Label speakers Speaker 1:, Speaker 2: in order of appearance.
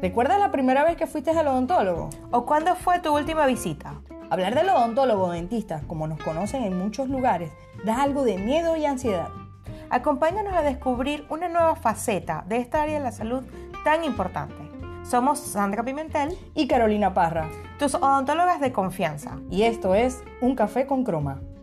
Speaker 1: ¿Recuerdas la primera vez que fuiste al odontólogo?
Speaker 2: ¿O cuándo fue tu última visita?
Speaker 1: Hablar del odontólogo o dentista, como nos conocen en muchos lugares, da algo de miedo y ansiedad.
Speaker 2: Acompáñanos a descubrir una nueva faceta de esta área de la salud tan importante. Somos Sandra Pimentel
Speaker 1: Y Carolina Parra.
Speaker 2: tus odontólogas de confianza.
Speaker 1: Y esto es Un Café con Croma.